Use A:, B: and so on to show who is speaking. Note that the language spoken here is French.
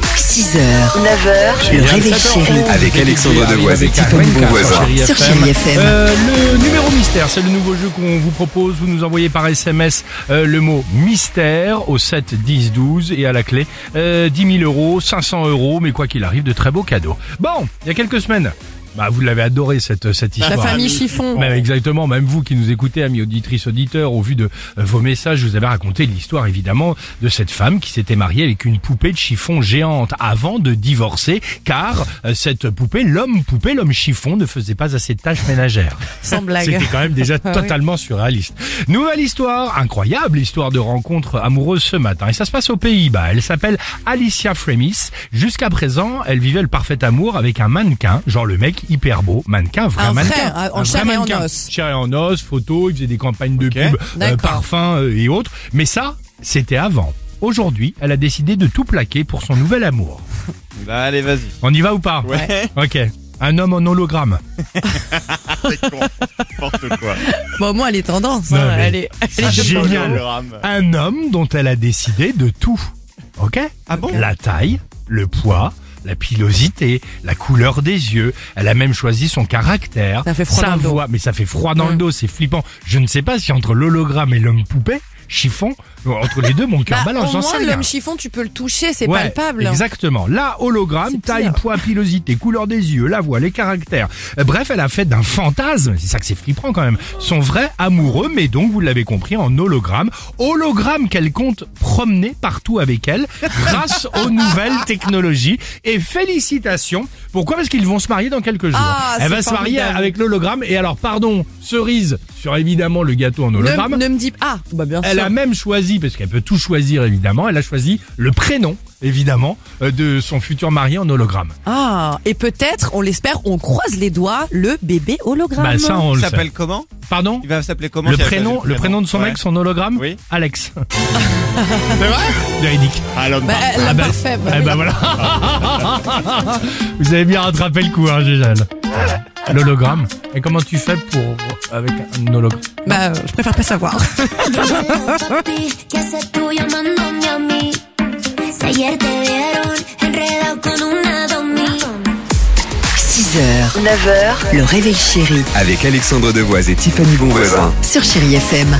A: 6h, 9h, le réveil chéri
B: Avec Alexandre Devoise et Tiffany Bonvoisin.
A: sur Chéri FM.
C: Euh, le numéro mystère, c'est le nouveau jeu qu'on vous propose. Vous nous envoyez par SMS euh, le mot mystère au 7 10 12 et à la clé euh, 10 000 euros, 500 euros, mais quoi qu'il arrive, de très beaux cadeaux. Bon, il y a quelques semaines. Bah, vous l'avez adoré cette cette histoire.
D: chiffon.
C: Même exactement, même vous qui nous écoutez, amis auditrices, auditeurs, au vu de euh, vos messages, je vous avez raconté l'histoire évidemment de cette femme qui s'était mariée avec une poupée de chiffon géante avant de divorcer, car euh, cette poupée, l'homme poupée, l'homme chiffon, ne faisait pas assez de tâches ménagères.
D: Sans blague. Ah
C: C'était quand même déjà
D: oui.
C: totalement surréaliste. Nouvelle histoire, incroyable histoire de rencontre amoureuse ce matin. Et ça se passe aux Pays-Bas. Elle s'appelle Alicia Fremis. Jusqu'à présent, elle vivait le parfait amour avec un mannequin, genre le mec hyper beau, mannequin, vrai
D: Un vrai,
C: mannequin.
D: euh, en
C: un
D: chair
C: vrai
D: et en
C: mannequin.
D: os.
C: Chair et en os, photo, il faisait des campagnes de pub, euh,
D: D'accord.
C: parfums euh, et autres. Mais ça, c'était avant. Aujourd'hui, elle a décidé de tout plaquer pour son nouvel amour.
E: Bah allez vas-y.
C: On y va ou pas
E: Ouais.
C: Ok. Un homme en hologramme.
E: N'importe quoi.
D: Bon, moi, elle est tendance.
C: Non,
D: hein,
C: mais-
D: elle est, elle est
C: C'est
D: de-
C: génial. un homme dont elle a décidé de tout. Ok
E: Ah bon
C: La taille, le poids, la pilosité, la couleur des yeux. Elle a même choisi son caractère,
D: Ça fait froid
C: sa
D: dans le dos.
C: voix. Mais ça fait froid dans
D: Mm.
C: le dos, c'est flippant. Je ne sais pas si entre l'hologramme et l'homme poupée, chiffon, entre les deux, mon cœur
D: Bah,
C: balance,
D: au
C: j'en sais
D: moins,
C: rien.
D: l'homme chiffon, tu peux le toucher, c'est
C: Ouais,
D: palpable.
C: Exactement. Là,
D: C'est
C: hologramme,
D: pire.
C: taille, poids, pilosité, couleur des yeux, la voix, les caractères. Euh, Bref, elle a fait d'un fantasme, c'est ça que c'est flippant quand même, son vrai amoureux, mais donc, vous l'avez compris, en hologramme. Hologramme qu'elle compte promener partout avec elle, grâce aux nouvelles technologies. Et félicitations. Pourquoi Parce qu'ils vont se marier dans quelques jours.
D: Ah,
C: elle
D: c'est
C: va se marier
D: formidable.
C: avec l'hologramme. Et alors, pardon, cerise sur évidemment le gâteau en hologramme.
D: Ne, ne me dis Ah, bah bien
C: Elle
D: sûr.
C: a même choisi, parce qu'elle peut tout choisir évidemment, elle a choisi le prénom, évidemment, euh, de son futur mari en hologramme.
D: Ah, et peut-être, on l'espère, on croise les doigts, le bébé hologramme.
C: Bah ça on
E: Il
C: le sait.
E: s'appelle comment
C: Pardon
E: Il va s'appeler comment
C: le
E: si elle
C: prénom,
E: choisit
C: le prénom de son mec,
E: Ouais.
C: son hologramme
E: Oui.
C: Alex. C'est vrai Véridique.
E: Ah l'homme
D: Bah, elle l'a
C: Ah bah,
D: parfait. bah
C: Eh
D: oui.
C: ben voilà Vous avez bien rattrapé le coup, hein, Gégel. L'hologramme. Et comment tu fais pour... avec un hologramme
D: Bah, euh, je préfère pas savoir.
F: Papi, ¿qué haces tú llamándome a mí? Si ayer te vieron enredado con una domi.
A: 6h, 9h, le réveil chéri
B: Avec Alexandre Devoise et Tiffany Bonvoisin.
A: sur Chéri FM.